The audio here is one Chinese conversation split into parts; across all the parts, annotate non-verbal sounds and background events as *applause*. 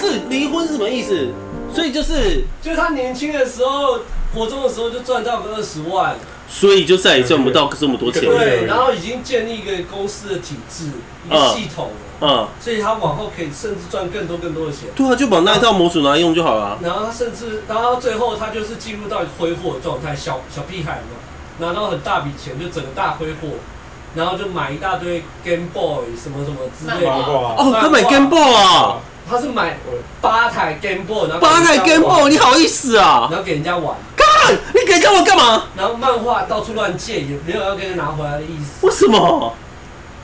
是离婚是什么意思？所以就是，就是他年轻的时候，国中的时候就赚到个二十万，所以就再也赚不到这么多钱了。对，然后已经建立一个公司的体制，一个嗯系统了，嗯，所以他往后可以甚至赚更多更多的钱。对啊，就把那一套模组拿来用就好了。然后他甚至，然后最后他就是进入到一个挥霍的状态，小小屁孩嘛，拿到很大笔钱就整个大挥霍，然后就买一大堆 Game Boy 什么什么之类漫的。画啊，哦，他买 Game Boy 啊，他是买八台 Game Boy，然后给八台人家 Game 玩 Boy，你好意思啊？ *laughs* 然后给人家玩，干，你给干嘛干嘛？然后漫画到处乱借，也没有要跟人家拿回来的意思，为什么？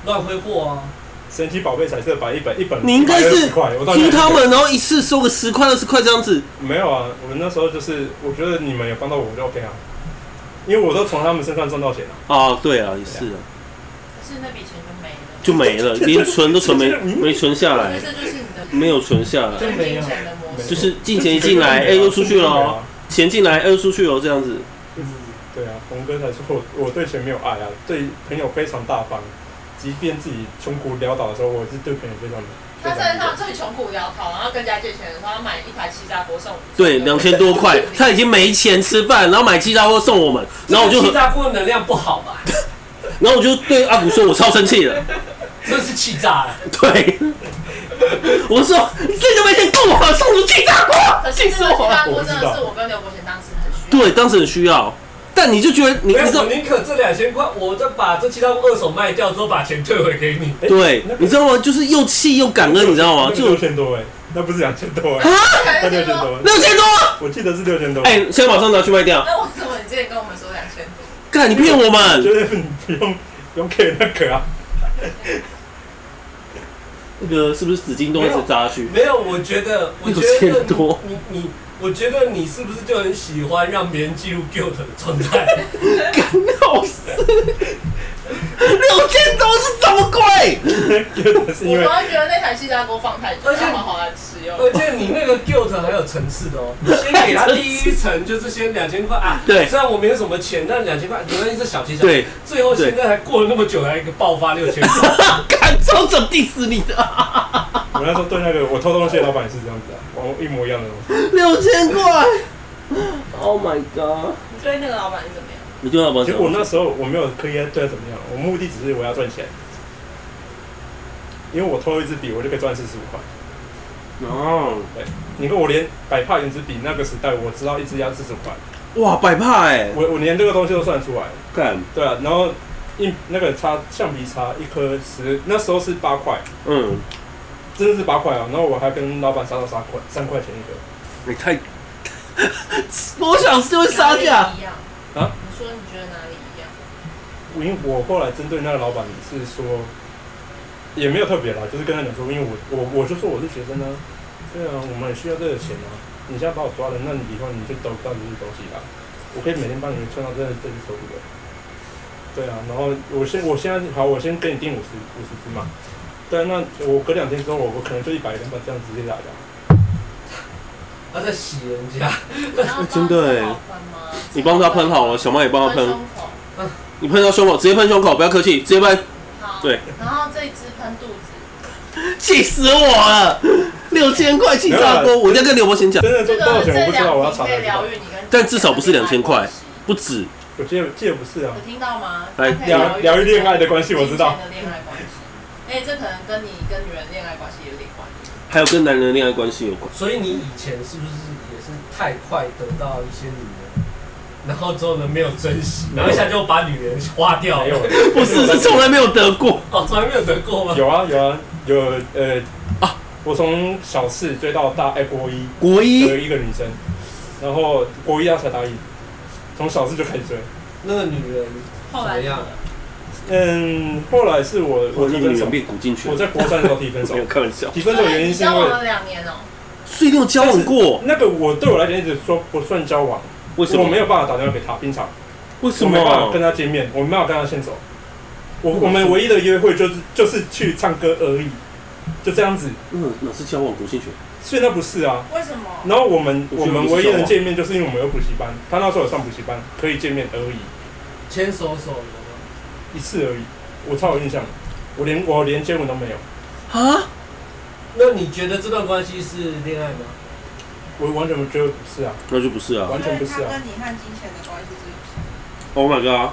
乱挥霍啊。神奇宝贝彩色版一本一本，你应该是120块，我到现在租他们，然后一次收个十块二十块这样子。没有啊，我们那时候就是，我觉得你们有帮到我，我就 OK 啊，因为我都从他们身上赚到钱啊。啊，对啊，也是啊，可是那笔钱就没了，就没 *laughs* 了，连存都存没嗯没存下可来是，这就是你的没有存下来，对金钱的模式，就是进钱一进来，哎，又出去了哦，钱进来，哎，又出去了，这样子。啊对啊，红哥才说我我对钱没有爱啊，对朋友非常大方，即便自己穷苦潦倒的时候，我是对朋友非常他身上最穷苦潦倒，然后跟人家借钱的时候，他买一台气炸锅送我们对，两千多 *laughs* 块，他已经没钱吃饭，然后买鸡杂货送我们，然后我就气很，炸锅的能量不好 *laughs* 吧？然后我就对阿古说，我超生气了，这是气炸了，对，我说你这就没钱供我，送出气炸锅，可是气那死个我气了。炸锅真的是我跟刘伯贤当时很需要。对，啊当时很需要，但你就觉得你没你有，知道我。宁可这两千块，我再把这气炸锅二手卖掉之后，把钱退回给 *laughs* 你。哎对那，个你知道吗？就是又气又感恩，你知道吗？就啊六千多哎，那不是两千多 *laughs* 哎，那他六就千说，多，六千多，我记得是六千多。哎，现在马上拿去卖掉。那为什么你之前跟我们说两千多？干，你骗我们！就是你不用不用给那个啊， *laughs* 那个是不是纸巾都会是扎下去？没有，我觉得，我六觉得千多你你你，我觉得你是不是就很喜欢让别人进入 guilt 的 *laughs* 状态？笑死！六千多是什么鬼？ *laughs* 是因我为反而觉得那台气炸锅放太久，而且它好好来吃而哟。且你那个 guilt 很有层次的哦，你先给他第一层就是先两千块啊，对虽然我没有什么钱，但两千块没关系，这小钱小，对，最后现在还过了那么久，还有一个爆发六 *laughs* 千块，干，超准 diss 你的，我那时候对那个我偷东西的老板也是这样子啊，玩一模一样的东西。六千块！Oh my god！你对那个老板是怎么样？你就要把其实我那时候我没有刻意对他怎么样，我目的只是我要赚钱，因为我偷一支笔我就可以赚四十五块。哦，你看我连百帕原子笔那个时代，我知道一支要四十块，哇，百帕哎，我我连这个东西都算得出来，干，对啊，然后一那个擦橡皮擦一颗十，那时候是八块，嗯，真的是八块啊，然后我还跟老板杀到三块三块钱一个，你太， *laughs* 我想是会杀价哪里一样啊？你说你觉得哪里一样？因为我后来针对那个老板是说，也没有特别啦，就是跟他讲说，因为我我我就说我是学生啊，对啊，我们很需要这个钱啊，你现在把我抓了，那你以后你就得不到这些东西啦，我可以每天帮你们赚到这这些收入的，对啊，然后我先我现在好，我先给你定五十五十只嘛，对啊，那我隔两天之后，我我可能就一百两百这样直接来的啊，他在洗人家，然 *laughs* 后真的欸帮他喷吗你帮他喷好了，小麦也帮他喷，胸口你喷到胸口，直接喷胸口，不要客气，直接喷，好，对，然后这一支喷肚子，气死我了！六千块气炸没有锅，我一定要跟刘伯贤讲，真的这多多少个钱我这不知道，我要两查瓶可以查疗。愈你跟，但至少不是2000块不止。我记得记得不是啊有，听到吗？来它可以疗疗愈恋爱的关系我知道金钱的恋爱关系，哎，这可能跟你跟女人恋爱关系有点关系。还有跟男人的恋爱关系有关。所以你以前是不是也是太快得到一些女人，然后之后呢没有珍惜，然后一下就把女人花掉没有了？，不是，是从来没有得过。哦，从来没有得过吗？ *laughs* 有啊有啊有呃啊，我从小四追到大哎国一国有一一个女生，然后国一她才答应，从小四就开始追。那个女人怎后来么样？嗯，后来是我我提分手，被鼓进去我在国三的时候提分手没有。开玩笑。提分手的原因是因所以你交往为了两年哦，所以你有交往过？那个我对我来讲一直说不算交往，为什么？我没有办法打电话给她，平常为什我没办法跟么？啊她见面，我没办法跟她牵手。我我们唯一的约会就是就是去唱歌而已，就这样子，嗯，哪是交往鼓进去？所以那不是啊。为什么？然后我们我我觉得们不是唯一交能往见面，就是因为我们有补习班，他那时候有上补习班，可以见面而已，牵手手的吗？一次而已。我超有印象，我连我连接吻都没有，啊？那你觉得这段关系是恋爱吗？我完全觉得不是啊，那就不是啊完全不是他啊。跟你和金钱的关系是！Oh my god！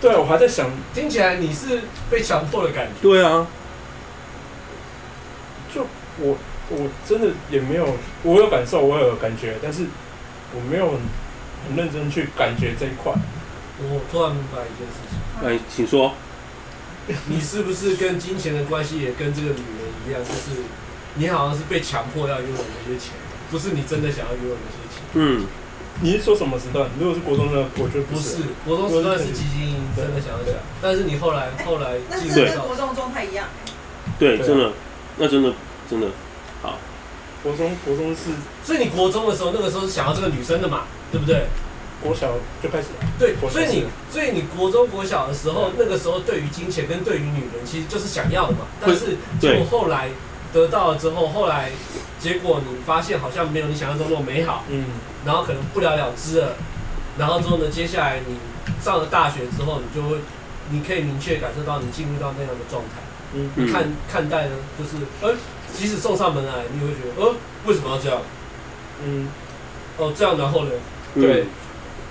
对啊，我还在想，听起来你是被强迫的感觉。对啊，我我真的也没有，我有感受，我有感觉，但是我没有很很认真去感觉这一块。我突然明白一件事情，来，哎请说。你是不是跟金钱的关系也跟这个女人一样，就是你好像是被强迫要拥有那些钱，不是你真的想要拥有那些钱。嗯，你是说什么时段？如果是国中的，我觉得不不是啊是，国中时段是积极营，真的想要想，但是你后来后来哎那进是入跟到国中的状态一样，对，对啊真的，那真的真的，国中，国中是所以你国中的时候，那个时候是想要这个女生的嘛，对不对？国小就开始了。对，国小所以你是所以你国中国小的时候，那个时候对于金钱跟对于女人，其实就是想要的嘛。但是结对果后来得到了之后，后来结果你发现好像没有你想象中那么美好，嗯，然后可能不了了之了。然后之后呢，接下来你上了大学之后，你就会，你可以明确感受到你进入到那样的状态。嗯，嗯，看看待呢，就是呃，即使送上门来，你也会觉得呃，为什么要这样？嗯，哦，这样然后呢？嗯对，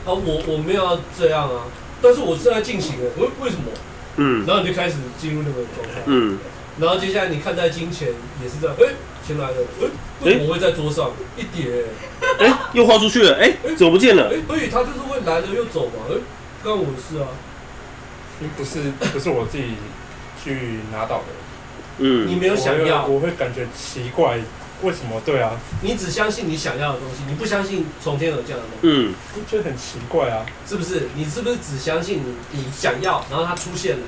啊，我我没有要这样啊，但是我正在进行了，为为什么？嗯然后你就开始进入那个状态，嗯，然后接下来你看待金钱也是这样，哎、钱来了，哎、为什么会在桌上、一叠？哎、又花出去了，哎、怎么不见哎、了？所以他就是会来了又走嘛，哎、干我的事啊，因为不是不是我自己去拿到的，你嗯没有想要我会，我会感觉奇怪，为什么？对啊，你只相信你想要的东西，你不相信从天而降的东西。嗯，我觉得很奇怪啊。是不是？你是不是只相信你你想要，然后它出现了，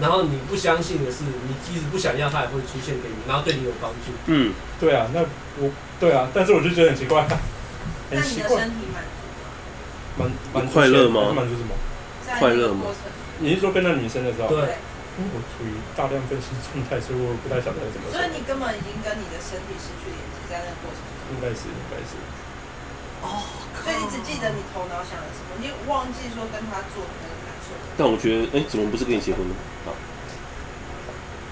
然后你不相信的是，你即使不想要，它也会出现给你，然后对你有帮助。嗯，对啊，那我对啊，但是我就觉得很奇怪，欸那很你奇的怪，身体满足蛮蛮快乐吗满足什么？在快那乐个吗过程，你是说跟那女生的时候？对，因为我处于大量分析状态，所以我不太晓得怎么说所以。你根本已经跟你的身体失去连接，在那个过程中，应该是应该是，所以你只记得你头脑想的什么，你忘记说跟他做的那个感受。但我觉得，哎、怎么不是跟你结婚呢？好，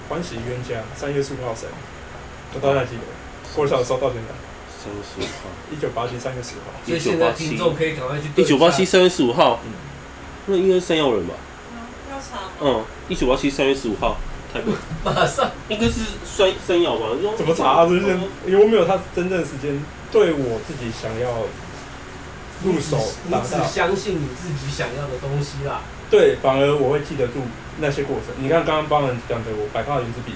欢喜冤家，三月十五号谁？我到那记得，我小的时候到现在，三月十五号，一九八七三月十五号，所以现在听众可以赶快去对一一下九八七，三月十五号嗯，那应该是山药人吧？嗯，要查吗？嗯，一九八七三月十五号，台北，马上应该是山山药吧？怎么查啊？是不是？因为我没有他真正的时间，对我自己想要入手你达只到，相信你自己想要的东西啦。对，反而我会记得住那些过程。你看刚刚帮人讲的，我百块的圆珠笔、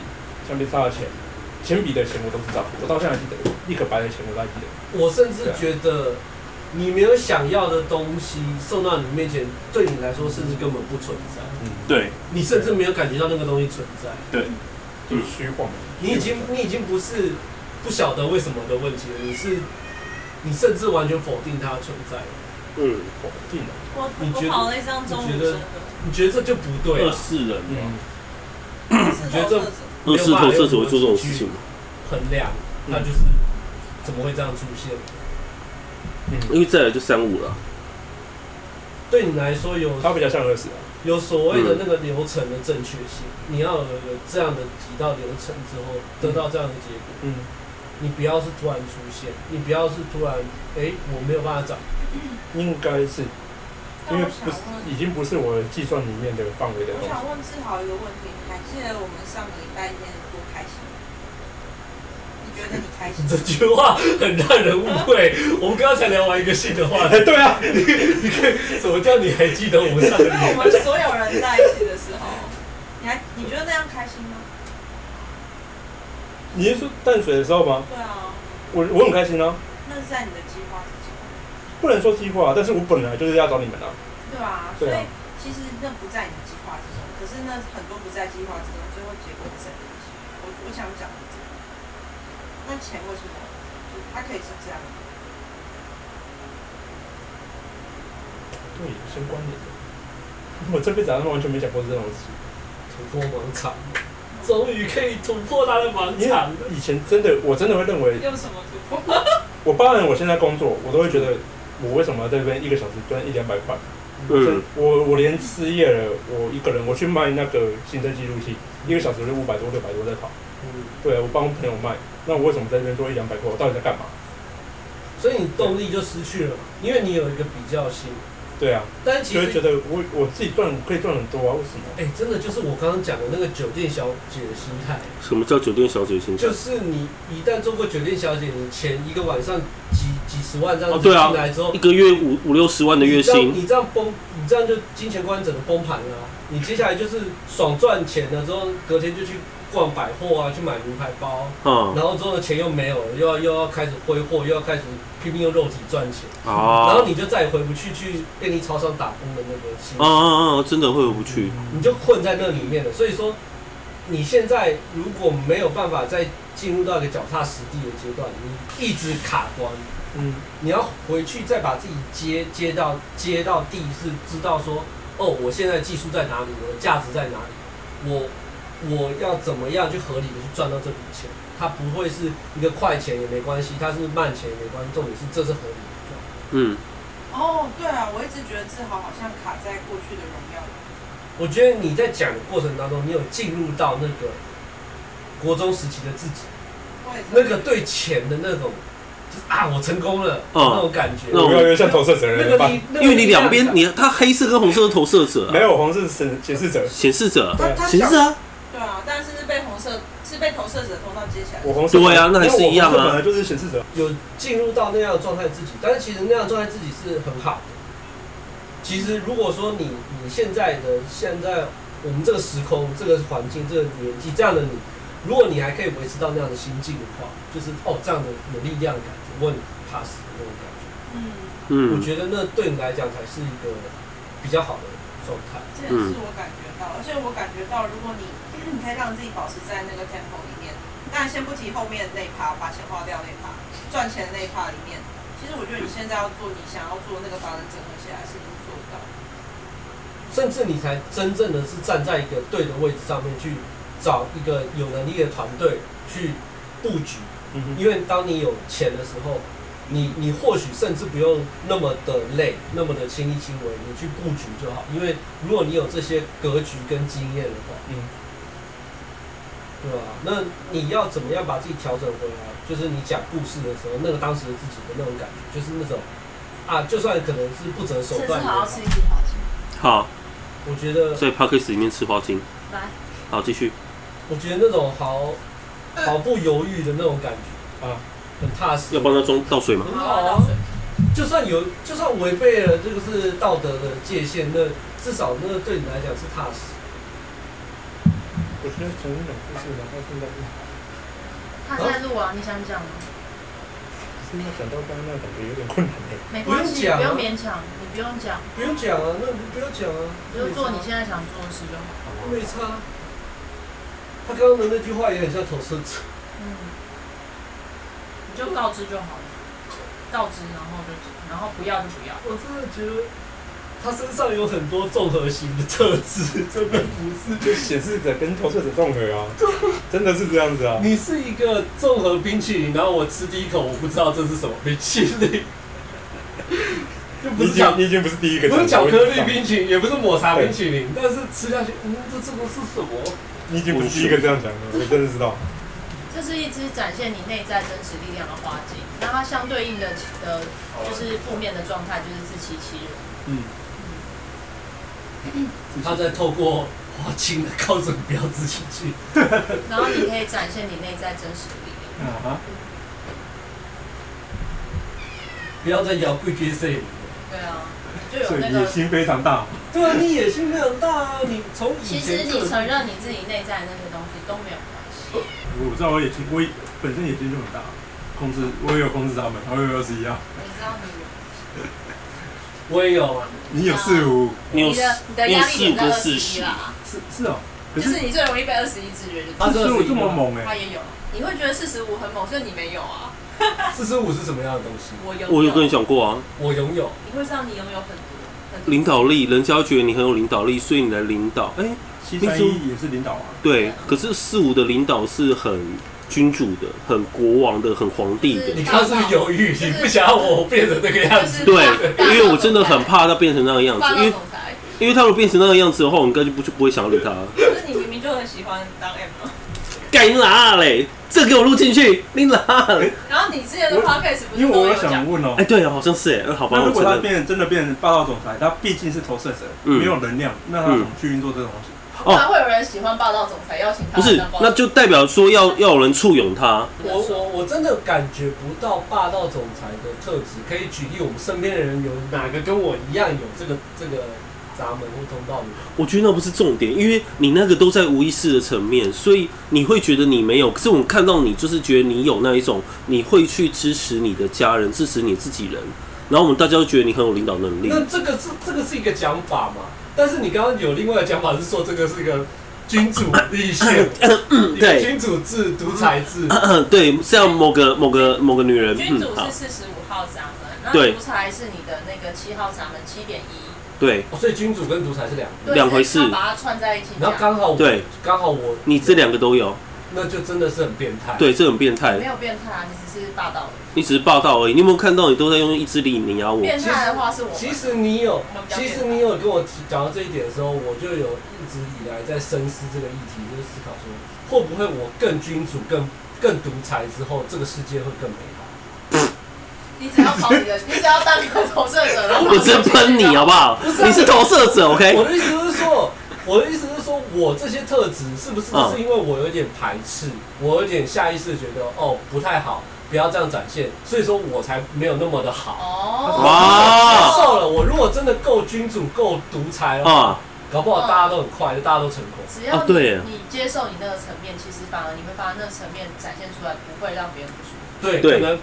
橡皮擦的钱、铅笔的钱，我都知道，我到现在还记得，立刻白的钱我都还记得。我甚至觉得，你没有想要的东西送到你面前，对你来说甚至根本不存在，嗯，，对，你甚至没有感觉到那个东西存在。就是虚晃。你已经你已经不是不晓得为什么的问题了，你是你甚至完全否定它的存在了，嗯，否定了，我你觉得我跑了一张中午你生觉得 *clears throat* 的，你觉得这就不对啊二了，四人，嗯。是觉投得这射者二四投射者会做这种事情吗？衡量嗯它就是怎么会这样出现？因为再来就三五了，对你来说有它比较像二十啊，有所谓的那个流程的正确性，你要有有这样的几道流程之后得到这样的结果，嗯，你不要是突然出现，你不要是突然哎我没有办法找，应该是因那为我不是想问。已经不是我计算里面的范围的我东想西。问志豪一个问题，你还记得我们上个礼拜天多开心吗？你觉得你开心吗？ *laughs* 这句话很让人误会。 *laughs* 我们刚刚才聊完一个新的话题哎，，对 *laughs* 啊，你可以怎么叫你还记得我们上个礼那拜 *laughs* 我们所有人在一起的时候，你还你觉得那样开心吗？你是说淡水的时候哦吗？对啊，我我很开心啊，那是在你的计划之中，不能说计划啊，但是我本来就是要找你们啊。对啊，所对啊以其实那不在你的计划之中，可是那很多不在计划之中，最后结果是很明显。我我想讲的是这个，那钱为什么就它可以是这样的？对，有相关联的。 *laughs* 我这辈子好像完全没想过这种事情。突破盲场，终于可以突破他的盲因为场了。以前真的，我真的会认为，用什么突破？我包含我现在工作，我都会觉得，我为什么要在这边一个小时赚一两百块？嗯，我我连失业了，我一个人我去卖那个行车记录器，一个小时就五百多六百多在跑，嗯，对啊我帮朋友卖，那我为什么在这边做一两百块？我到底在干嘛？所以你动力就失去了嘛，因为你有一个比较心。对啊，但其就会觉实，得我我自己赚可以赚很多啊，为什么？哎、真的就是我刚刚讲的那个酒店小姐的心态，什么叫酒店小姐心态就？是你一旦做过酒店小姐，你前一个晚上几几十万这样哦子对进啊来之后，一个月五五六十万的月你这样薪，你这样崩，你这样就金钱观整个崩盘了啊、你接下来就是爽赚钱了之后，隔天就去逛百货啊，去买名牌包，嗯然后之后呢钱又没有了，又要又要开始挥霍，又要开始拼命用肉体赚钱，然啊后，你就再也回不去去便利超商打工的那个心啊啊啊！真的会回不去，你就困在那里面了。所以说，你现在如果没有办法再进入到一个脚踏实地的阶段，你一直卡关，嗯，你要回去再把自己接接到接到地是知道说，哦，我现在技术在哪里，我的价值在哪里，我我要怎么样去合理的去赚到这笔钱，它不会是一个快钱也没关系，它是慢钱也没关系，重点是这是合理的赚。嗯，哦，对啊，我一直觉得志豪好像卡在过去的荣耀里。我觉得你在讲的过程当中，你有进入到那个国中时期的自己。我也是那个对钱的那种，就是啊，我成功了、嗯那种感觉。那我我越来越像投射者了，那怎么个办力？那个力量感，因为你两边你它黑色跟红色是投射者没啊，有红是显显示者，显示者啊，他他显想示啊，对啊，但是是被红色是被投射者通道接起来的我。红色对啊那还是一样啊因为我红色本来就是显示者，有进入到那样的状态自己，但是其实那样的状态自己是很好的。其实如果说你你现在的现在我们这个时空、这个环境、这个年纪这样的你，如果你还可以维持到那样的心境的话，就是哦这样的有力量的感觉，我很踏实的那种感觉，嗯，嗯我，觉得那对你来讲才是一个比较好的状态。这也是我感觉到，而且我感觉到，如果你 *clears throat* 你可以让自己保持在那个 tempo 里面，当然先不提后面那一趴，把钱花掉那一趴，赚钱那一趴里面，其实我觉得你现在要做你想要做那个把人整合起来是你做不到的。甚至你才真正的是站在一个对的位置上面去找一个有能力的团队去布局，嗯哼，因为当你有钱的时候，你你或许甚至不用那么的累，那么的亲力亲为，你去布局就好。因为如果你有这些格局跟经验的话，嗯，对吧、那你要怎么样把自己调整回来？就是你讲故事的时候，那个当时的自己的那种感觉，就是那种啊，就算可能是不择手这次段也好好好，吃一只好吃，好，我觉得在 p a c k a g e 里面吃花精，来，好，继续，我觉得那种毫毫不犹豫的那种感觉啊啊，很踏实，要帮他装倒水吗？很好好好倒啊。水。就算有，就算违背了这个是道德的界限，那至少那个对你来讲是踏实。我觉得从两故事，然后现在他在录啊，你想讲吗？现在想到刚刚那个感觉有点困难诶，没关系，不用讲啊不用勉强，你不用讲，不用讲啊，那不要讲啊，你就做你现在想做的事就好。没差。他刚刚的那句话也很像投射者， *laughs* 嗯，你就告知就好了，告知，然后就然后不要就不要。我真的觉得他身上有很多综合型的特质，真的不是就显示者跟投射者综合啊，真的是这样子啊，你是一个综合冰淇淋，然后我吃第一口，我不知道这是什么冰淇淋，就不你是已经巧，你已经不是第一个不讲是巧了，克力我已经冰淇淋，也不是抹茶冰淇淋，但是吃下去，嗯，这这个是什么？你已经不是第一个这样讲了，我真的知道，这是一支展现你内在真实力量的花镜，那它相对应的的，就是负面的状态就是自欺欺人。嗯，他在透过花青的告诉你不要自己去，然后你可以展现你内在真实的力量。啊哈，不要再摇贵角色。对啊，就有所以那野个。心非常大，对啊，你野心非常大啊！你从其以实前你承认你自己内在的那些东西都没有关系。我知道我野心，我本身野心就很大，控制我也有控制他们，我也有十一啊，你知道你有我也有啊，你有四五，你有你的你的你有压力四五点在跟二十四一十，啦，是是哦，可就是是你最容易被二十一制约的。他四十五25这么猛他哎，也有，你会觉得四十五很猛，所以你没有啊。四十五是什么样的东西？我有，我有跟你，讲过啊，我拥有，你会让你拥有很多很多领导力，人家觉得你很有领导力，所以你来领导，哎，七三一也是领导啊，对，可是四五的领导是很君主的，很国王的，很皇帝的。你刚刚是不是犹豫？就是你不想要我变成那个 *laughs* 样子？对，因为我真的很怕他变成那个样子，霸因道为总裁， *laughs* 因为他如果变成那个样子的话，我应该就不就不会想要理他了。可是你明明就很喜欢当 M 啊。干你哪嘞？这给我录进去，你哪哦嘞？然后你之前的我 podcast 不因是为都我有有讲想问哦、哎，对啊，好像是哎，呃好吧，那我如果真他的变成真的变成霸道总裁，他毕竟是投射者，嗯没有能量，那他怎么去运作这种东西？哦还会有人喜欢霸道总裁邀请不他是来当，霸道那就代表说要要有人簇拥他，总裁我我我真的感觉不到霸道总裁的特质，可以举例我们身边的人有哪个跟我一样有这个这个闸门或通道吗？我觉得那不是重点，因为你那个都在无意识的层面，所以你会觉得你没有。可是我看到你，就是觉得你有那一种，你会去支持你的家人，支持你自己人，然后我们大家都觉得你很有领导能力。那这个是这个是一个讲法嘛？但是你刚刚有另外的讲法是说这个是一个君主立宪，一 *coughs* 个对嗯君主制、独裁制。对，像某个某个某个女人，君嗯主，好是，四十五号闸门，然对后独裁是你的那个七号闸门七点一，对哦所以君主跟独裁是两个。对两回事所以他把它串在一起然后讲，刚好我对，刚好我你这两个都有，那就真的是很变态。对，这很变态没。有变态啊，你只是霸道而已。你只是报道而已，你有没有看到你都在用意志力碾压我？变态的话是我们其实你有我们，比较其变态实你有跟我提讲到这一点的时候，我就有一直以来在深思这个议题，就是思考说，会不会我更君主、更更独裁之后，这个世界会更美好？你只要跑你的，你只要当个投射者，然后我直接喷你好不好？你是啊投射者我，OK？的意思是说，我的意思是说，我这些特质是不是嗯是因为我有点排斥，我有点下意识地觉得哦不太好，不要这样展现，所以说我才没有那么的好。哦，哇接受了，我如果真的够君主、够独裁了，啊，搞不好大家都很快，就大家都成功。只要哦对耶你接受你那个层面，其实反而你会发现那个层面展现出来不会让别人不舒服。对，对可能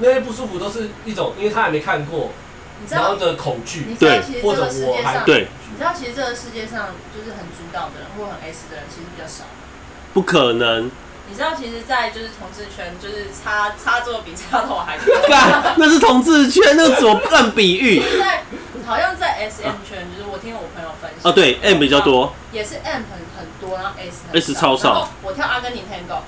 那些不舒服都是一种，因为他还没看过，你知然后道，的恐惧你。知道对其实或这者个世界我还上，对，你知道其实这个世界上就是很主导的人或很 S 的人其实比较少。不可能，你知道，其实，在就是同志圈，就是插 *laughs* 插座比插头还多。干，那是同志圈，那个怎么烂比喻？就是在好像在 S M 圈，就是我听我朋友分享啊，对，M 比较，多，也是 M 很很多，然后 S 很 S 超少。然后我跳阿根廷 Tango，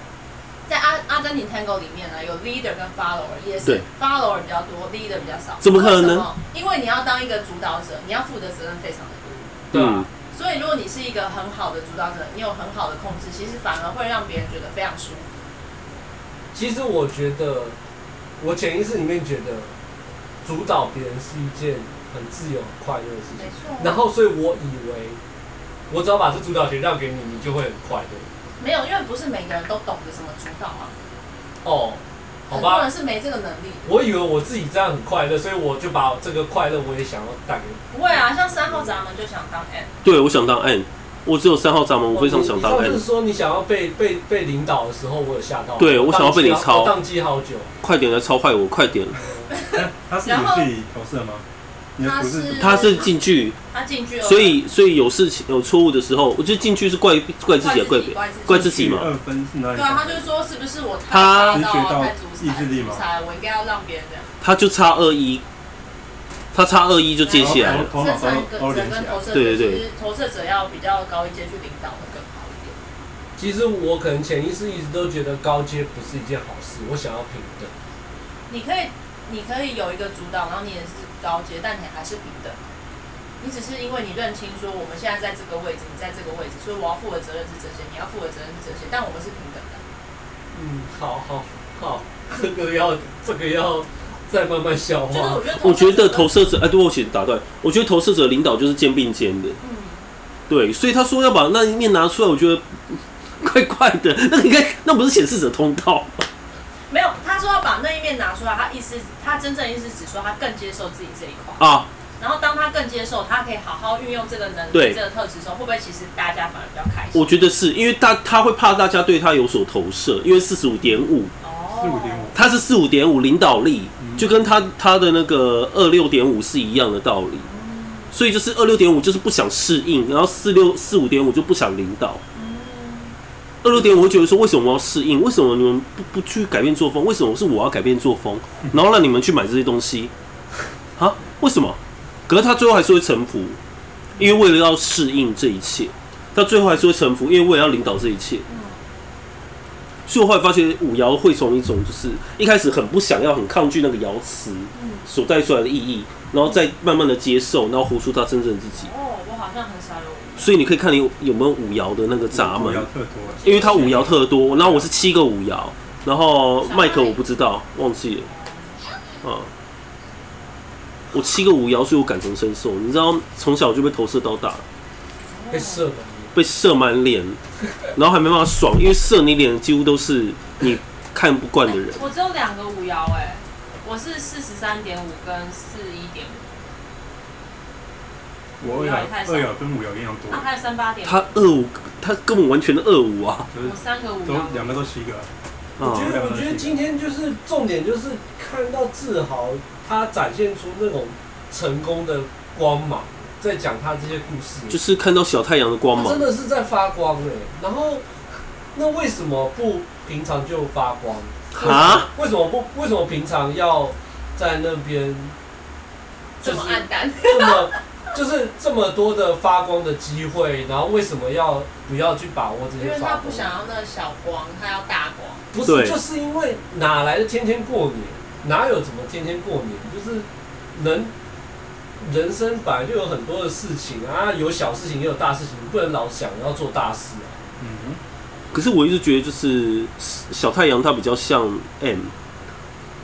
在阿阿根廷 Tango 里面呢，有 leader 跟 follower，也对是 follower 比较多，leader 比较少。怎么可能为什么？因为你要当一个主导者，你要负的责任非常的多。对啊嗯，所以，如果你是一个很好的主导者，你有很好的控制，其实反而会让别人觉得非常舒服。其实我觉得，我潜意识里面觉得，主导别人是一件很自由、很快乐的事没情。错。然后，所以我以为，我只要把这主导权让给你，你就会很快乐。没有，因为不是每个人都懂得什么主导啊，哦，好很多吧人，是没这个能力。我以为我自己这样很快乐，所以我就把这个快乐我也想要带给你。不会啊，像三号闸门就想当 N，对我想当 N，我只有三号闸门，我非常想当哦你你上 N 次。说你想要被被被领导的时候，我有吓到。对我想要被你宕机抄我宕机好久。快点来超坏我，快点！哎他是然后你自己投射吗？你的他不是是他是禁句，他进去了，所以所以有事情有错误的时候，我觉得禁句是怪怪自己啊，怪别怪自己怪自己嘛。二分是哪里？对啊，他就说是不是我太他霸道啊，太主直觉到意志力嘛裁，我应该要让别人这样，他就差二一，他差二一就接啊起来然了。后头脑正常都都个连整起跟来投。射者，对对对其实投射者要比较高一阶去领导会更好一点。其实我可能潜意识一直都觉得高阶不是一件好事，我想要平等。你可以，你可以有一个主导，然后你也是高阶，但你还是平等。你只是因为你认清说我们现在在这个位置，你在这个位置，所以我要负的责任是这些，你要负的责任是这些，但我们是平等的。嗯，好好好， *laughs* 这个要这个要再慢慢消就是化我。觉得，我觉得投，射者，哎，对我起打断，我觉得投射者领导就是肩并肩的，嗯，对，所以他说要把那一面拿出来，我觉得嗯怪怪的。那个应该那不是显示者通道吗？没有，他说要把那一面拿出来，他意思，他真正意思只说他更接受自己这一块。啊，然后当他更接受，他可以好好运用这个能对力、这个特质的时候，会不会其实大家反而比较开心？我觉得是因为他他会怕大家对他有所投射，因为四十五点五，哦45.5他是四五点五领导力，就跟他他的那个二六点五是一样的道理。所以就是二六点五就是不想适应，然后四六四五点五就不想领导。二六点五会觉得说为什么我要适应？为什么你们不不去改变作风？为什么是我要改变作风？然后让你们去买这些东西？啊？为什么？可是他最后还是会臣服，因为为了要适应这一切，他最后还是会臣服，因为为了要领导这一切。所以我后来发现舞爻会从一种就是一开始很不想要、很抗拒那个爻辞嗯所带出来的意义，然后再慢慢的接受，然后活出他真正的自己。哦，我好像很少有五所以你可以看你有有没有五爻的那个闸比门较，特多。啊因为他五爻特多，然后我是七个五爻，然后麦克我不知道忘记了，啊，我七个五爻，所以我感同身受。你知道从小就被投射到大，被射了。被射满脸，然后还没办法爽，因为射你脸几乎都是你看不惯的人。我只有两个五爻哎，我是四十三点五跟四一点五，我二爻二爻跟五爻一样多，啊还有三八点，他二五，他根本完全的二五啊！就我是三个五都爻，两个都七个，我啊觉，得，我觉得今天就是重点，就是看到志豪他展现出那种成功的光芒，在讲他这些故事，就是看到小太阳的光他芒真。的是在发光哎、然后，那为什么不平常就发光？哈为什么不？为什么平常要在那边这就是么暗淡，这么就是这么多的发光的机会？然后为什么要不要去把握这因些为发他光不？想要那个小光，他要大光。不对是，就是因为哪来的天天过年？哪有怎么天天过年？就是能人生本来就有很多的事情啊，有小事情也有大事情，你不能老想要做大事啊。嗯，可是我一直觉得，就是小太阳它比较像 M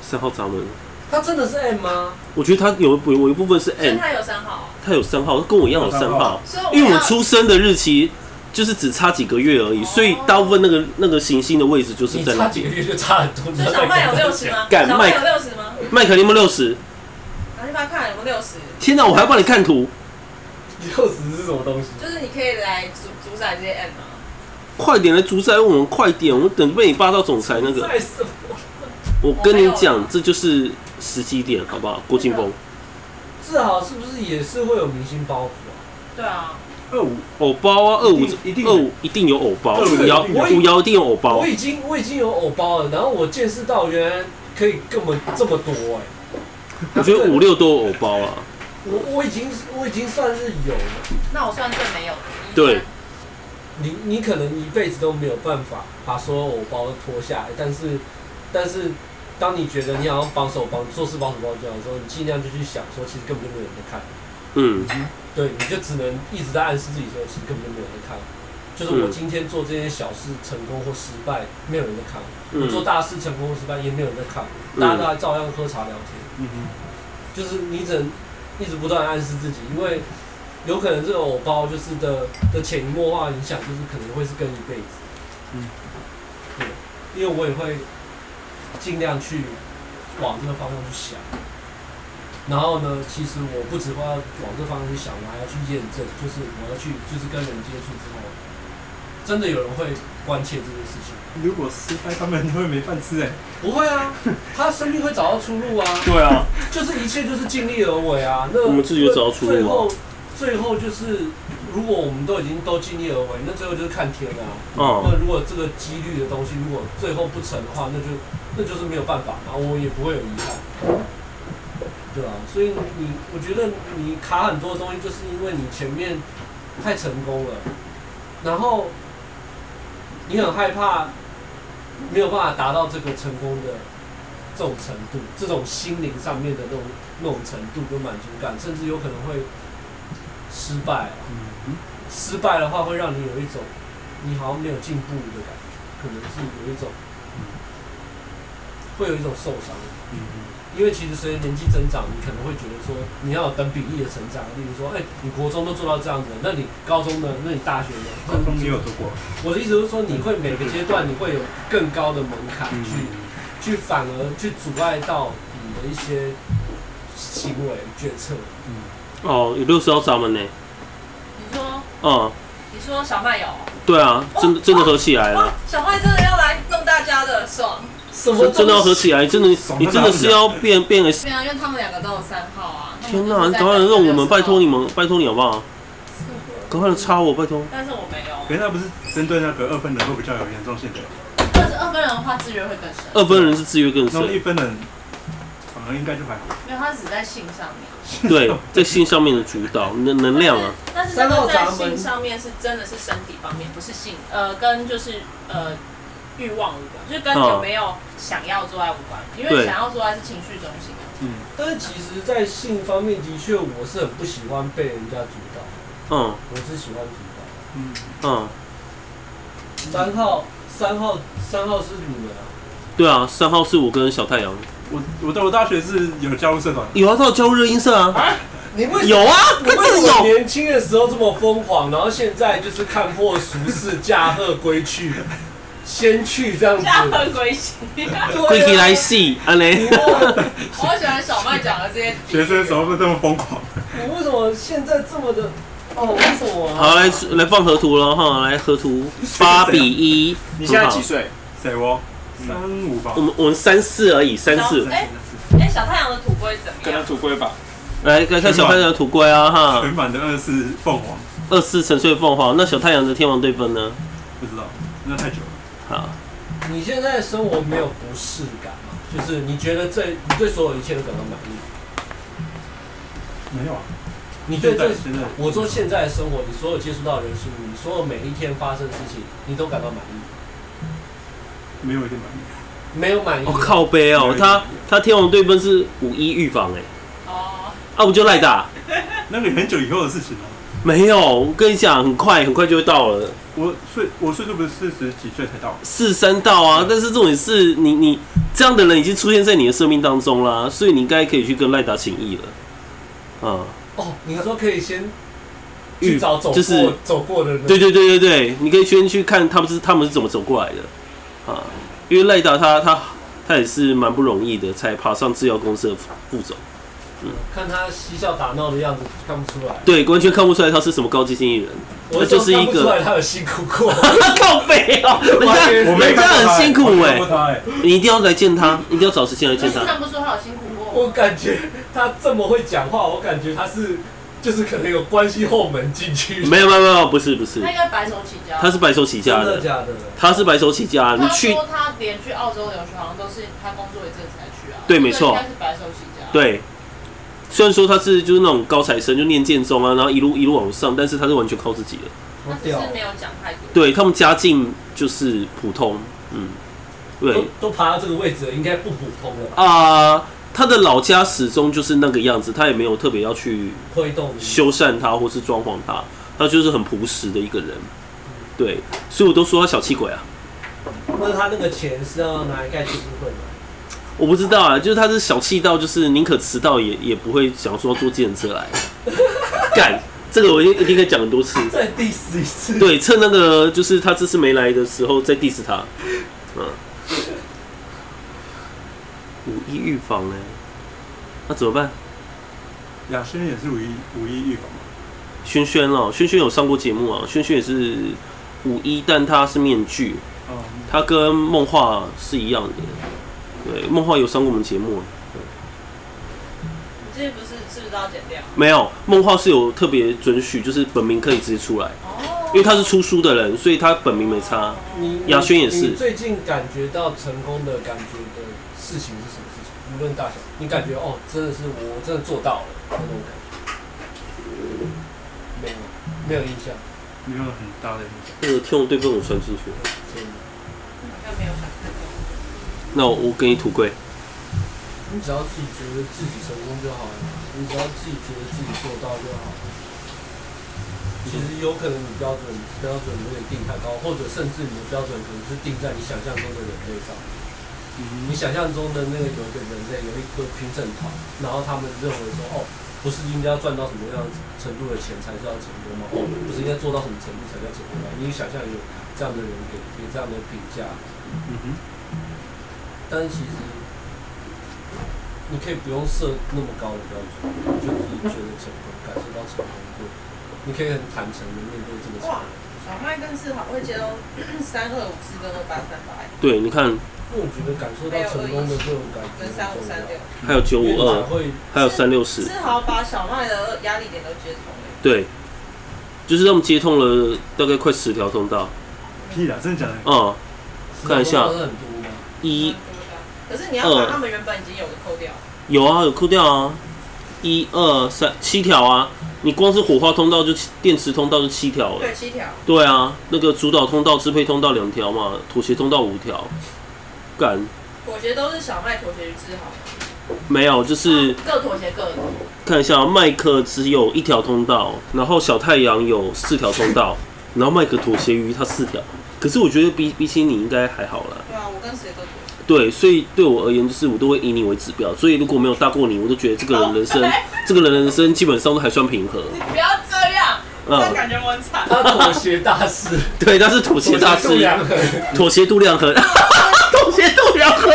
三号闸门。他真的是 M 啊吗？我觉得他有有有一部分是所以 M，他有三号，啊他有三号，他跟我一样有三号，所以我哎因为我要出生的日期就是只差几个月而已，哦所以大部分那个那个行星的位置就是你在差那几里。个月就差很多，你所在干以小嘛麦有六十吗？干小麦麦有六十吗？麦克，你有没有六十？拿去帮他看有没有六十，天哪，我还要帮你看图，六十是什么东西？就是你可以来主主宰这些 M 啊吗？快点来主宰我们，快点，我等被你霸道总裁那个。再什么？我跟你我没有讲了，这就是时机点，好不好？郭庆峰，志豪是不是也是会有明星包袱啊？对啊，二五偶包啊，二五一定一定二五一定有偶包，二五五一定有幺我以五幺一定有偶包啊我，已经我已经有偶包了，然后我见识到原来可以这么这么多哎、我觉得五六都有偶包啊。我我已经我已经算是有了，那我算最没有的。对，你你可能一辈子都没有办法把所有偶包都脱下来，但是但是当你觉得你好像帮手帮做事帮手帮脚的时候，你尽量就去想说，其实根本就没有人在看。嗯，对，你就只能一直在暗示自己说，其实根本就没有人在看。就是我嗯今天做这件小事成功或失败，没有人在看；嗯我做大事成功或失败，也没有人在看。嗯大家都还照样喝茶聊天，嗯嗯，就是你只能一直不断地暗示自己，因为有可能这个偶包就是的的潜移默化影响，就是可能会是跟一辈子。嗯，对，因为我也会尽量去往这个方向去想。然后呢，其实我不只会要往这方向去想，我还要去验证，就是我要去，就是跟人接触之后，真的有人会关切这件事情。如果失败，他们都会没饭吃哎。不会啊，他生命会找到出路啊。对啊。就是一切就是尽力而为啊。那我们自己就找到出路啊最后，最后就是，如果我们都已经都尽力而为，那最后就是看天啊。哦，那如果这个几率的东西，如果最后不成的话，那就那就是没有办法，然后我也不会有遗憾。对啊，所以你，我觉得你卡很多东西，就是因为你前面太成功了，然后你很害怕没有办法达到这个成功的这种程度，这种心灵上面的那种那种程度跟满足感，甚至有可能会失败啊。嗯，失败的话，会让你有一种你好像没有进步的感觉，可能是有一种会有一种受伤，嗯因为其实随着年纪增长，你可能会觉得说你要有等比例的成长，例如说，哎、你国中都做到这样子了，那你高中呢？那你大学呢？高中也有做过，我的意思是说，你会每个阶段你会有更高的门槛嗯去、去反而去阻碍到你的一些行为决策。哦，有六十号闸门呢。你说，嗯，你说小麦有，对啊，真的真的合起来哇了，，小麦真的要来弄大家的，爽。什么真真的要合起来，真的爽你真的是要变变个。对啊，因为他们两个都有三号啊。天哪，你赶快来弄我们，拜托你。们，拜托你好不好？赶快来插我，拜托。但是我没可有。是他不是针对那个二分人会比较有严重性的，但是二分人的话，资源会更深，二分人是制约更那种一深，分人反而应该就还好。因为他只在性上面。对，在性上面的主导，你的能量 *laughs* 啊，但是那个在性上面是真的是身体方面，不是性，呃，跟就是呃欲望无关，就是跟你有没有想要做爱无关，因为哦对想要做爱是情绪中 *laughs* 心啊。嗯，但是其实，在性方面，的确我是很不喜欢被人家主导，嗯我是喜欢主 *laughs* 嗯，嗯，导。三号，三号，三号是你们啊？对啊，三号是我跟小太阳，我我在我大学是有加入社团，有啊，他有加入热音社啊，你为什么？有啊，你他为真什的么有。年轻的时候这么疯狂，然后现在就是看破俗世，驾鹤归去，先去这样这样子？很 *laughs* 危险。贵体对啊来戏，安嘞你，为我好喜欢小麦讲的这些比喻学生的时候不这么疯狂，你为什么现在这么的？哦，为什么啊、好来来放河图了哈，来河图八比一，你现在几很好？岁？谁哦？三五吧我，们我们三四而已，三四然后。哎哎，小太阳的土龟怎么跟他样？土龟吧。来来看小太阳的土龟啊哈，全满的二是凤凰，二四沉睡凤凰，那小太阳的天王对分呢？不知道，那太久了，好，你现在的生活没有不适感吗？就是你觉得这你对所有一切都感到满意？没有啊，你对现这在现在我说现在的生活，你所有接触到的人事物，你所有每一天发生的事情，你都感到满意？没有一点满意，没有满意？哦靠背哦，他他天王对分是五一预防哎，哦，啊我就赖打，那个很久以后的事情了、啊没有，我跟你讲，很快很快就会到了，我岁我岁数不是四十几岁才到，四三到啊，但是重点是你你这样的人已经出现在你的生命当中啦，所以你应该可以去跟赖达请益了，啊，哦，你说可以先去预找走过、就是走过的人，对对对对对，你可以先去看他们是他们是怎么走过来的啊，因为赖达他他他也是蛮不容易的，才爬上制药公司的副副总，看他嬉笑打闹的样子看不出来，对，完全看不出来他是什么高级经纪 *laughs* 人，我那就是说一看不出个来他有辛苦过。 *laughs* 靠背哦，人家我没人看家过他很欸辛苦我哎、看过他哎，你一定要来见他，一定要找时间来就见是他。看不出他有辛苦过。我感觉他这么会讲话，我感觉他是就是可能有关系后门进去。没有没有没有，不是不是他，应该白手起家。他是白手起家真的的，假的？他是白手起家，你他去说他连去澳洲留学好像都是他工作一阵子才去啊。对没错所以应该是白手起家。，对。虽然说他是就是那种高材生，就念建中啊，然后一路一路往上，但是他是完全靠自己的。好他只屌是，没有讲太多。对他们家境就是普通，嗯，对都都爬到这个位置了，应该不普通哦了吧？啊、他的老家始终就是那个样子，他也没有特别要去推动你修缮它或是装潢它，他就是很朴实的一个人。对，所以我都说他小气鬼啊，那他那个钱是要拿来盖基金会吗？我不知道啊，就是他是小气到就是宁可迟到也也不会想说坐计程车来 *laughs* 干。这个我一定一定可以讲很多次，再 diss 一次。对，趁那个就是他这次没来的时候再 diss 他，嗯，五一预防呢、欸那怎么办？雅轩也是五一五一预防嘛，轩轩哦，轩轩有上过节目啊，轩轩也是五一，但他是面具，哦、他跟梦话是一样的，对，梦话有上过我们节目啊，你这不是是不是都要剪掉？没有，梦话是有特别准许，就是本名可以直接出来，哦因为他是出书的人，所以他本名没差。你雅轩也是你最近感觉到成功的感觉的事情是什么事情？无论大小，你感觉哦，真的是我真的做到了那种感觉。没有，没有印象，没有很大的影响。那个天龙对分我传进去了，真的。好像没有想太多。那我我给你土龟，你只要自己觉得自己成功就好了，你只要自己觉得自己做到就好了。其实有可能你标准标准有点定太高，或者甚至你的标准可能是定在你想象中的人类上。你想象中的那个有一个人类有一个评审团，然后他们认为说，哦，不是应该要赚到什么样程度的钱才叫成功吗？哦，不是应该做到什么程度才叫成功吗？你想象有这样的人给给这样的评价，嗯哼，但是其实你可以不用设那么高的标准，你就自己觉得成功，感受到成功就，你可以很坦诚的面对这个成哇功。，小麦更是好会接到三二五四跟二八三八，对，你看因为我觉得感受到成功的这种感觉跟三五三六，还有九很五重要，因为二你，会还有三六十，正好把小麦的压力点都接通了。对，就是他们接通了大概快十条通道，屁啦，真的假的？啊、看一下是很多吗？一啊蛮多的可是你要把他们原本已经有的扣掉，有啊，有扣掉啊，一二三七条啊，你光是火花通道就七电池通道就七条了。对，七条，对啊，那个主导通道、支配通道两条嘛，妥协通道五条。干妥协都是小麦妥协与志豪，没有，就是各妥协各的。看一下、啊，麦克只有一条通道，然后小太阳有四条通道，然后麦克妥协于他四条。可是我觉得比比起你应该还好啦。对啊，我跟谁都妥协。对，所以对我而言，就是我都会以你为指标，所以如果没有大过你，我都觉得这个人人生，这个人人生基本上都还算平和。你不要这样，这嗯，样感觉我很惨。他妥协大师，对，他是妥协大妥协度师，量衡妥协度量衡， *laughs* 妥协度量衡。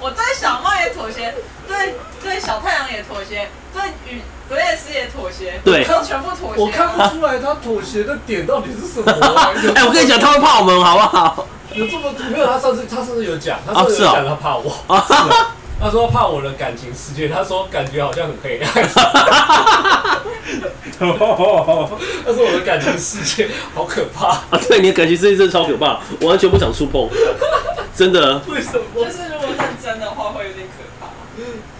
我对小麦也妥协，对对小太阳也妥协，对与格列斯也妥协，对都全部妥协。啊我看不出来他妥协的点到底是什么啊。有这么 *laughs* 哎、我跟你讲，他会怕我们，好不好？有这么没有？他上次他上次有讲，他上次是有哦讲他怕我， *laughs* 他说怕我的感情世界，他说感觉好像很黑暗，他说我的感情世界好可怕，啊，对，你的感情世界真的超可怕，我完全不想触碰，真的。为什 *laughs* 就么？是如果认真的话，会有点可怕。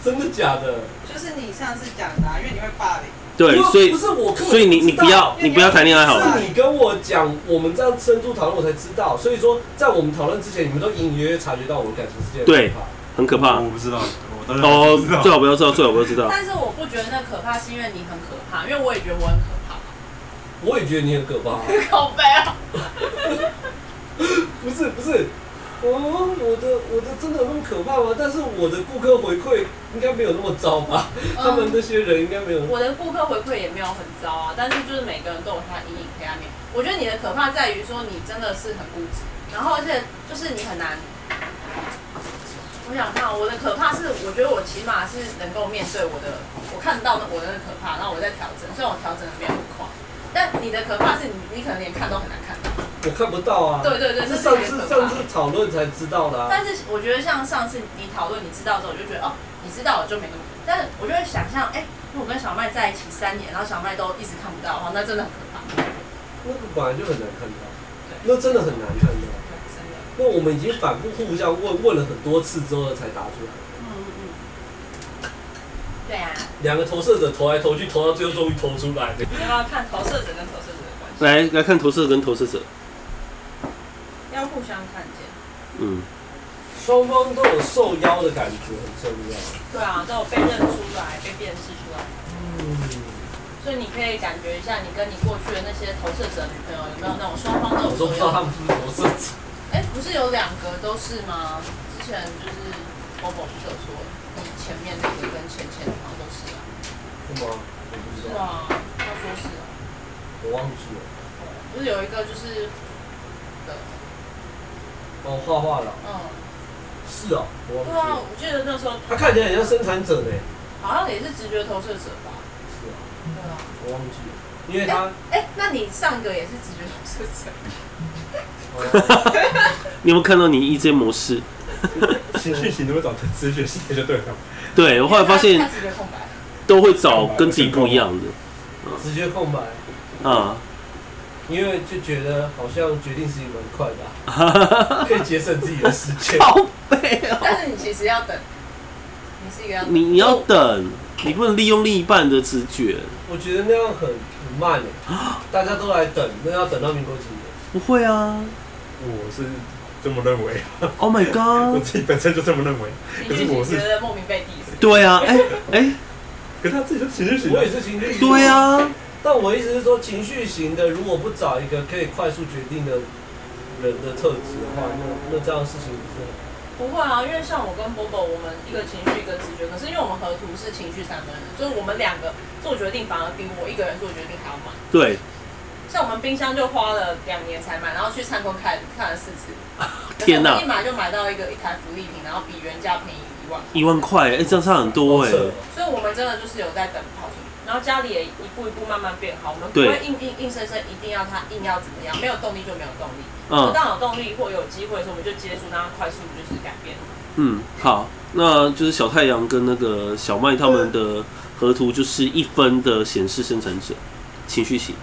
真的假的？就是你上次讲的、啊，因为你会霸凌。对，所以不是我根本知道，所以你你不要哦你不要谈恋爱好了。是你跟我讲，我们这样深入讨论，我才知道。所以说，在我们讨论之前，你们都隐隐约约察觉到我们感情世界的对可怕很可怕我不知道，嗯我当然哦不知，道。最好不要知道，最好不要知道。但是我不觉得那可怕，是因为你很可怕，因为我也觉得我很可怕。 *laughs* 我也觉得你很可怕。靠背啊！不是不是，哦，我的我的真的有那么可怕吗？但是我的顾客回馈应该没有那么糟吧？嗯他们那些人应该没有。我的顾客回馈也没有很糟啊，但是就是每个人都有他的阴影黑暗面。我觉得你的可怕在于说你真的是很固执，然后而且就是你很难。我想看啊我的可怕是，我觉得我起码是能够面对我的，我看到那我的那个可怕，然后我在调整，虽然我调整的没有很快，但你的可怕是你你可能连看都很难看到。我看不到啊。对对对，这是是上你次的可上怕次。讨论才知道的、啊。但是我觉得像上次你讨论你知道之后，我就觉得哦，你知道我就没那么。但是我就会想象，哎、如果跟小麦在一起三年，然后小麦都一直看不到的话，那真的很可怕。那个本来就很难看到，那真的很难看到。真的。那我们已经反复互相问问了很多次之后才答出来，嗯嗯嗯。对啊，两个投射者投来投去，投到最后终于投出来。你要不要看投射者跟投射者的关系？来来看投射者跟投射者，要互相看见。嗯，双方都有受邀的感觉，很重要。对啊，都有被认出来，被辨识出来。嗯，所以你可以感觉一下，你跟你过去的那些投射者女朋友有没有那种双方都我有都左不知哦道他右？们是不是投射者。哎、不是有两个都是吗？之前就是某某不是有说，你前面那个跟前前好像都是啊。是吗？我不知是道，啊，他说是啊。我忘记了。不是有一个就是，呃，哦，画画了，嗯，是哦，我忘对记啊，了。我记得那时候他看起来很像生产者呢。好像也是直觉投射者吧？是啊，对啊。我忘记了，因为他，哎、那你上个也是直觉投射者？哎哦你有没有看到你 EJ 模式？情绪型都会找咨询师就对了。对 *laughs* 我后来发他现直觉空白。都会找跟自己不一样的哦直觉空白，啊，因为就觉得好像决定事情蛮快的啊、可以节省自己的时间。宝贝哦，但是你其实要等，你是一个要等你你要等，你不能利用另一半的直觉，我觉得那样很很慢诶，大家都来等，那要等到民国几年？不会啊我是这么认为， ，Oh my 我 god，自己本身就这么认为。你可是我是觉得莫名被 diss。对啊，哎、哎、可是他自己是情绪型我的也，是情绪型，对。啊，但我意思是说，情绪型的如果不找一个可以快速决定的人的特质的话，那那这样的事情不是很不会啊，因为像我跟波波，我们一个情绪一个直觉，可是因为我们合图是情绪三分人，就是我们两个做决定反而比我一个人做决定还要慢。对，像我们冰箱就花了两年才买，然后去灿坤看看了四次。天哪可是我们一买就买到一个一台福利品，然后比原价便宜一万，一万块，哎、这样差很多好哎、扯哦所以我们真的就是有在等跑赢。然后家里也一步一步慢慢变好，我们不对会硬硬硬生生一定要他硬要怎么样，没有动力就没有动力。嗯一旦有动力或有机会的时候，我们就接触，然后快速就是改变。嗯，好，那就是小太阳跟那个小麦他们的合图就是一分的显示生产者情绪型。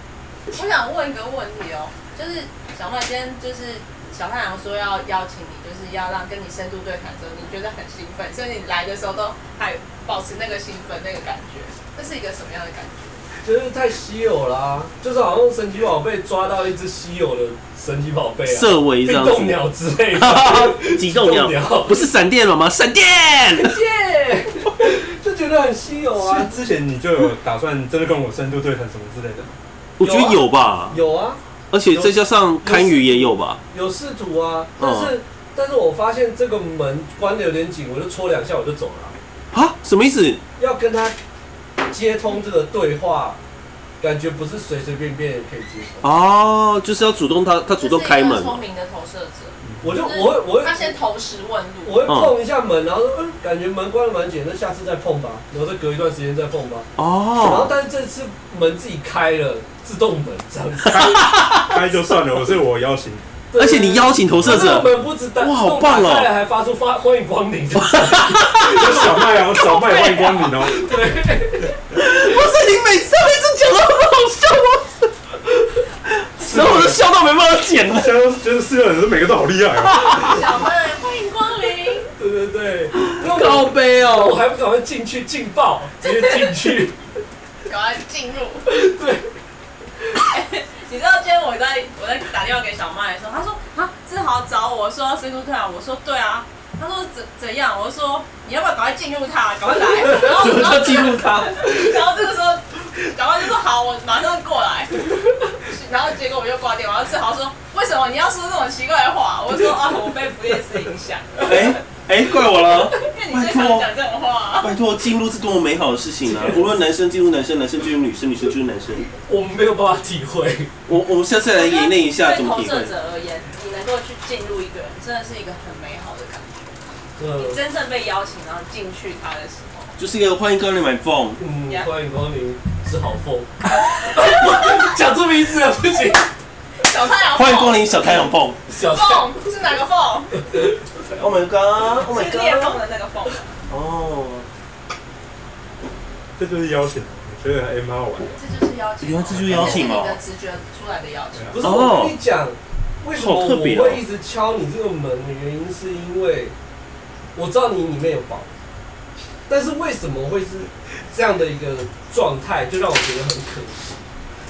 我想问一个问题哦，就是小麦今天就是小太阳说要邀请你，就是要让跟你深度对谈的时候，你觉得很兴奋，所以你来的时候都还保持那个兴奋那个感觉，这是一个什么样的感觉？就是太稀有啦、就是好像神奇宝贝抓到一只稀有的神奇宝贝啊，色违这冰样冻子，鸟之类的， *laughs* 激动激动鸟鸟不是闪电了吗？闪 *laughs* 电，耶， *laughs* 就觉得很稀有所以啊。之前你就有打算真的跟我深度对谈什么之类的吗？我觉得有吧，有啊，而且再加上堪舆也有吧，有试图啊，但哦是、但是我发现这个门关的有点紧，我就戳两下我就走了啊、啊，什么意思？要跟他接通这个对话，感觉不是随随便便可以接通。哦，就是要主动他，他主动开这是门一个，聪明的投射者，我就就是我会我会他先投石问路。我会哦碰一下门，然后说嗯，感觉门关的蛮紧，那下次再碰吧，然后再隔一段时间再碰吧。然后哦，但是这次门自己开了，自动门这样子。开就算了，我是我邀请， *laughs* 而且你邀请投射这个者，门不止打，哇好棒哦自动打开了还发出发欢迎 *laughs* 光临，小麦哦，小麦欢迎光临哦。不是你每次每次讲的很好笑吗？然后我就笑到没办法剪了。现在就是四个人，每个都好厉害哦。小麦，欢迎光临。对对对，那高我杯我哦，还不赶快进去劲爆，直接进 *laughs* 去。赶快进入。 *laughs* 对。你知道今天我在我在打电话给小麦的时候，他说啊，志豪找我说要深度退啊，我说对啊。他说怎怎样？我说你要不要赶快进入他，赶快来。然后怎么然叫后进入他？然后这个时候，小麦就说好，我马上过来。 *laughs* 然后结果我就挂电话，志豪说为什么你要说这种奇怪的话？我说啊，我被不列斯影响，哎哎，怪我了。因为你最常讲这种话。拜托，进入是多么美好的事情啊！无论男生进入男生，男生进入女生，女生进入男生。我们没有办法体会。我我们下次来演练一下怎么对体投会射。者而言，你能够去进入一个人，真的是一个很美好的感觉。嗯你真正被邀请然后进去他的时候，就是一个欢迎光临买 phone，嗯 Yeah，欢迎光临，是好凤。 *laughs* 讲出名字了，不行。小太阳欢迎光临小太阳 phone。小凤是哪个凤？ Oh my god！Oh 是裂缝的那个缝。哦，这就是邀请，我觉得还蛮好玩的。这就是邀请，原来这就是邀请哦这是你的直觉出来的邀请。不是我跟你讲，为什么好我特别哦会一直敲你这个门的原因，是因为我知道你里面有宝，但是为什么会是这样的一个状态，就让我觉得很可惜。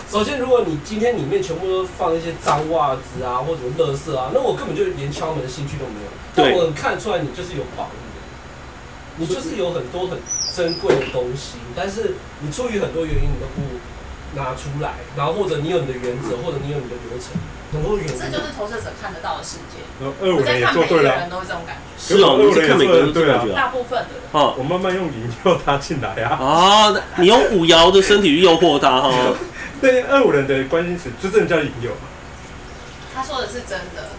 首先，如果你今天里面全部都放一些脏袜子啊，或者垃圾啊，那我根本就连敲门的兴趣都没有。但对我很看出来你就是有宝物的，你就是有很多很珍贵的东西，但是你出于很多原因，你都不拿出来，然后或者你有你的原则，或者你有你的流程，很多原则这。就是投射者看得到的世界。然后二五我在年也看做每一对个了，人都是这种感觉，是哦，你是看每个人都这感觉啊。大部分的人。哦我慢慢用引诱他进来啊。啊，你用五爻的身体去诱惑他哈。对，二五人的关键词就真的叫引诱，他说的是真的，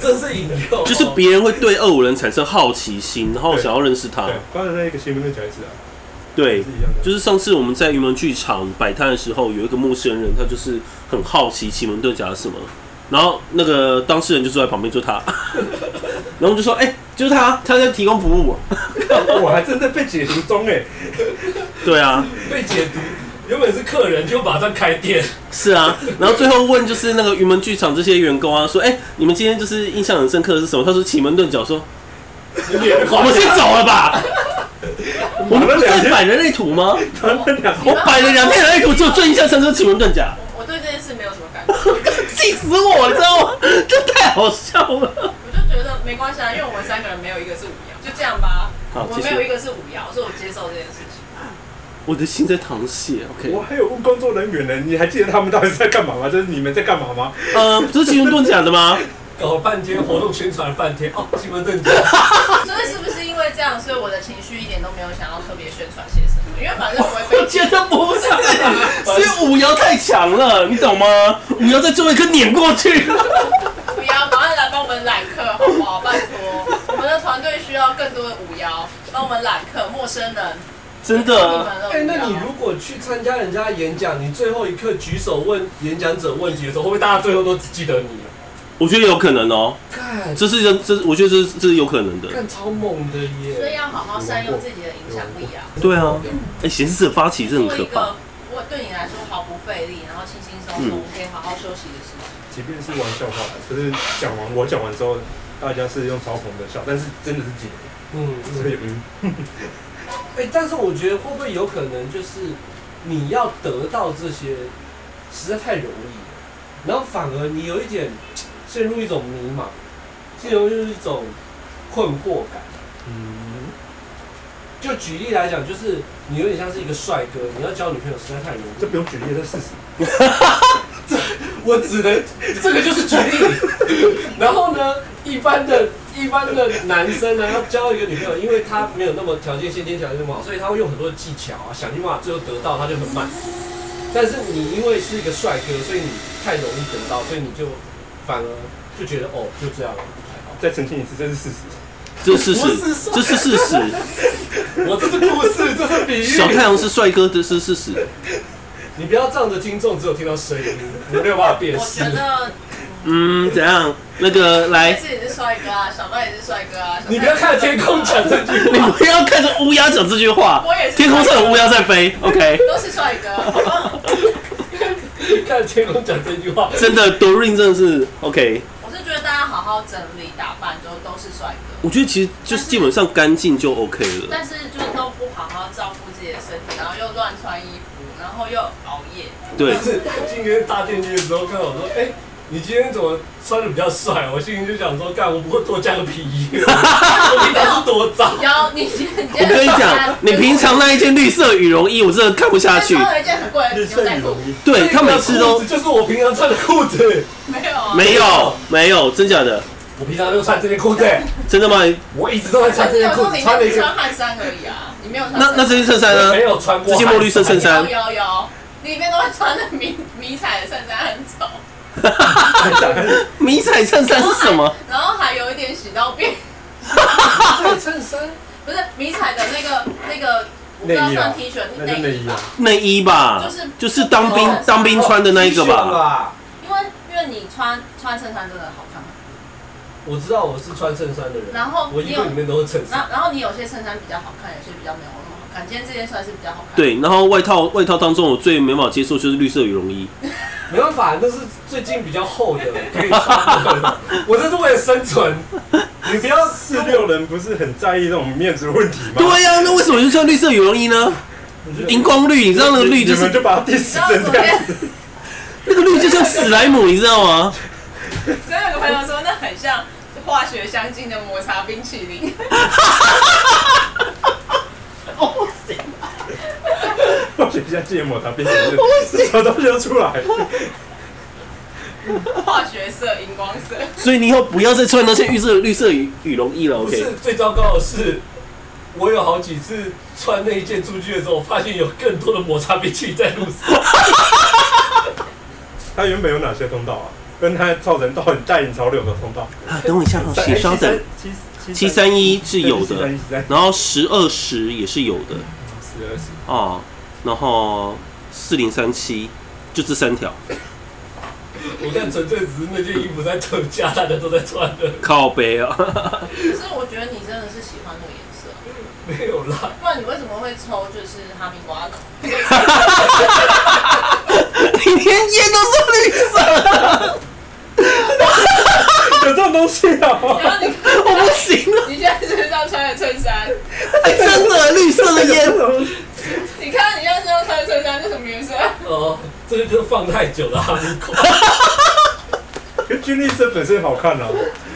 这是引诱，哦就是别人会对二五人产生好奇心，然后想要认识他对。，刚才那个新闻再讲一次啊，也啊对是，一样的。就是上次我们在云门剧场摆摊的时候，有一个陌生人，他就是很好奇奇门遁甲是什么，然后那个当事人就坐在旁边，就他， *laughs* 然后我们就说，哎、就是他，他在提供服务。哦我还正在被解读中哎， *laughs* 对啊，被解读，原本是客人就马上开店， *laughs* 是啊，然后最后问就是那个云门剧场这些员工啊，说，哎、你们今天就是印象很深刻的是什么？他说奇门遁甲，我说我们先走了吧。 *laughs* *laughs* 我们不是在摆人类图吗？他们俩我摆了两天人类图，只有最印象深刻奇门遁甲。我我对这件事没有什么感觉，气死我，你知道吗？ *laughs* 这太好笑了。我就觉得没关系啊，因为我们三个人没有一个是五爻，就这样吧。好我继们续没有一个是五爻，所以我接受这件事情。我的心在淌血。OK，我还有问工作人员呢，你还记得他们到底在干嘛吗？就是你们在干嘛吗？呃，不是奇云顿讲的吗？搞了半天活动宣传了半天，哦，奇门遁 *laughs* 甲， *laughs* 所以是不是因为这样，所以我的情绪一点都没有想要特别宣传些什么？因为反正我 *laughs* 也我被觉得不是，是五爻太强了，你懂吗？五爻在最后一刻碾过去。 *laughs* 五爻，赶快来帮我们揽客，好不好？拜托，我们的团队需要更多的五爻帮我们揽客，陌生人。真你的，们的五爻哎、那你如果去参加人家的演讲，你最后一刻举手问演讲者问题的时候，会不会大家最后都只记得你啊？我觉得有可能哦，看，这是人，这我觉得这这是有可能的。看超猛的所以耶！要好好善用自己的影响力啊。对啊，哎，显示者发起这做很可一怕嗯个，我对你来说毫不费力，然后轻轻松松，可以好好休息的事情。即便是玩笑话，就是讲完我讲完之后，大家是用嘲讽的笑，但是真的是解，嗯所以嗯，哎、但是我觉得会不会有可能就是你要得到这些实在太容易了，然后反而你有一点陷入一种迷茫，陷入就是一种困惑感。嗯，就举例来讲，就是你有点像是一个帅哥，你要交女朋友实在太容易这。不用举例，这事实。我只能这个就是举例。然后呢，一般的、一般的男生啊呢，要交一个女朋友，因为他没有那么条件先天条件那么好，所以他会用很多技巧啊，想尽办法，最后得到他就很满足。但是你因为是一个帅哥，所以你太容易得到，所以你就反而就觉得哦，就这样了。再澄清一次，这是事实。这是事不实是帅，这是事实。我这是故事，这是比小喻。太阳是帅哥，这是事实。你不要仗着听众只有听到声音，你没有办法辨我识觉。 *laughs* 得嗯，怎样？那个白来，是也是帅哥啊，小麦也是帅哥啊。小麦你不要看着天空讲这句 *laughs* *laughs* 你话，不要看着乌鸦讲这句话我也，是天空上有乌鸦在飞。OK，都是帅哥，好不好？看着天空讲这句话，真的，Doreen 真的是 OK。我是觉得大家好好整理打扮，就都是帅哥，我觉得其实就是基本上干净就 OK 了。但是就是都不好好照顾自己的身体，然后又乱穿衣服，然后又熬夜。对就，是今天搭电梯的时候看到我说，哎、你今天怎么穿的比较帅？我心里就想说，干，我不会多加个皮衣，我平常是多脏。有你，你我跟你讲，你平常那一件绿色羽绒衣，我真的看不下去。穿了一件很贵的日牛晒仔雨裤容，易， *laughs* 对他每次这个裤都子就是我平常穿的裤子，没有啊？没有没有，真假的？我平常就穿这件裤子，真的吗？我一直都在穿这件裤子，穿了你一就个穿汗衫而已啊，你没有穿那衬衫。那这件衬衫呢没？有穿过这 *laughs* 件墨绿色衬衫有有有，里面都会穿的迷迷彩的衬衫很丑， *laughs* 迷彩衬衫是什么？然后还有一点洗到变，这件衬衫，不是迷彩的那个那个，我不内知道衣啊算 T 恤那是内衣啊，内衣吧就是，就是当兵哦当兵穿的那一个哦 T 恤吧。因为因为你穿穿衬衫真的好看，我知道我是穿衬衫的人，然后我你衣有柜里面都是衬然衫。后然后你有些衬衫比较好看，有些比较没有那么好看，今天这件算是比较好看。，对，然后外套外套当中，我最没办法接受就是绿色羽绒衣。没办法，那是最近比较厚的，可以穿的。我这是为了生存，你不要四六人不是很在意这种面子问题吗？对呀、那为什么就穿绿色羽绒衣呢？荧光绿，你知道那个绿就你们是就把它 diss 然后成昨这样天子。那个绿就像史莱姆，你知道吗？昨天有个朋友说那很像化学相近的抹茶冰淇淋。 *laughs* 我学一下芥末，它 *laughs* 变成是什么东西都出来。化学色、荧光色，所以你以后不要再穿那些绿色绿色羽羽绒衣了不，OK？是最糟糕的是，我有好几次穿那一件出去的时候，我发现有更多的摩擦兵器在路上。 *laughs* 它原本有哪些通道啊？跟它造成到很大引潮流的通道。啊，等我一下啊，请稍哎等。，七三一是有的，七三然后十二十也是有的十二十，啊，然后四零三七就这三条我看纯粹只是那件衣服在特价，大家都在穿 *laughs* 的，靠背啊， *laughs* 可是我觉得你真的是喜欢那个颜色，没有啦。不然你为什么会抽就是哈密瓜呢？你连烟都是绿色的， *laughs* 有这种东西啊？ *laughs* 然后你我不行 *laughs* 了，你现在身上穿的衬衫，哎真的绿色的烟，你看你现在身上穿的衬衫是什么颜色？哦，这个就是放太久了，哈密 *laughs* 瓜。可军绿色本身好看啊，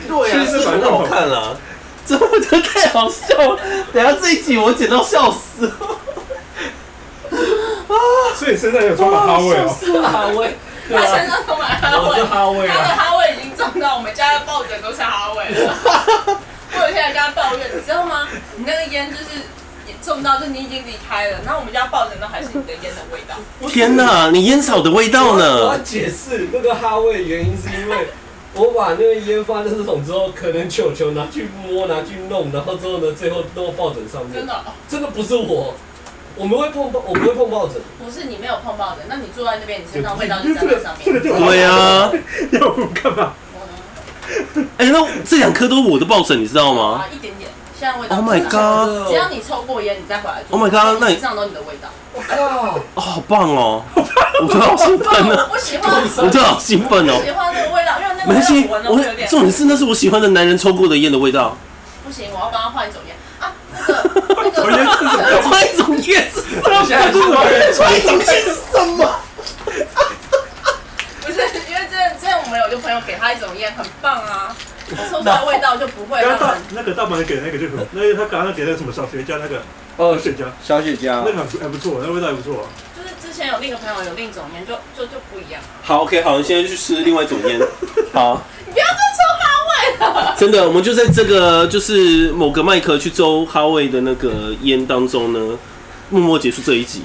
对军绿色反正好看。了、这我觉得太好笑了，等下这一集我剪到笑死了。所以身上有充满哈 *laughs* 味哦。哈威，对他身啊，上充满哈我是味，哈威他的啊。哈味已经重到我们家的抱枕都是哈味了。我有天在家抱怨，你知道吗？你那个烟就是重到就是你已经离开了，然后我们家抱枕都还是你的烟的味道。天哪，你烟草的味道我要呢？解释那个哈威的原因，是因为我把那个烟放在这种之后，可能球球拿去摸，拿去弄，然后之后呢，最后弄到抱枕上面。真的哦、真的不是我，我们会碰抱，我们会碰抱枕。不是你没有碰抱枕，那你坐在那边，你身上味道就沾在上这个面。就对啊，要不干嘛？哎、那这两颗都是我的抱枕，你知道吗？啊，一点点，现在味道。 Oh my god！只要你抽过烟，你再回来做 Oh my god，那你身上都是你的味道。我靠！ *laughs* 哦，好棒哦！我觉得好兴奋我呢、不喜欢，我觉得好兴奋哦！喜欢那个味没关系我闻，了我有会点重点是那是我喜欢的男人抽过的烟的味道。不行，我要帮他换一种烟啊，那个那 *laughs* 个换一种烟是什么？现在就是我人换一种烟是什么？不是， *laughs* 因为之前之前我们有一个朋友给他一种烟，很棒啊，他抽出来味道就不会刚让刚大人。那个大阪给那个就很，那个他刚刚给那个什么小学家那个哦小学家，小雪那茄个还不还不错，那个味道还不错。就是之前有另一个朋友有另一种烟，就就就不一样。好，OK，好，你现在去吃另外一种烟。好，你不要再抽哈味了。真的，我们就在这个就是某个麦克去抽哈味的那个烟当中呢，默默结束这一集。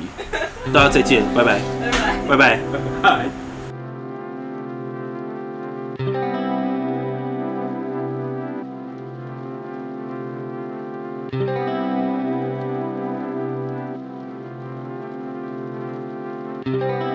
大家再见，拜拜， *laughs* 拜拜拜。拜。嗨。嗯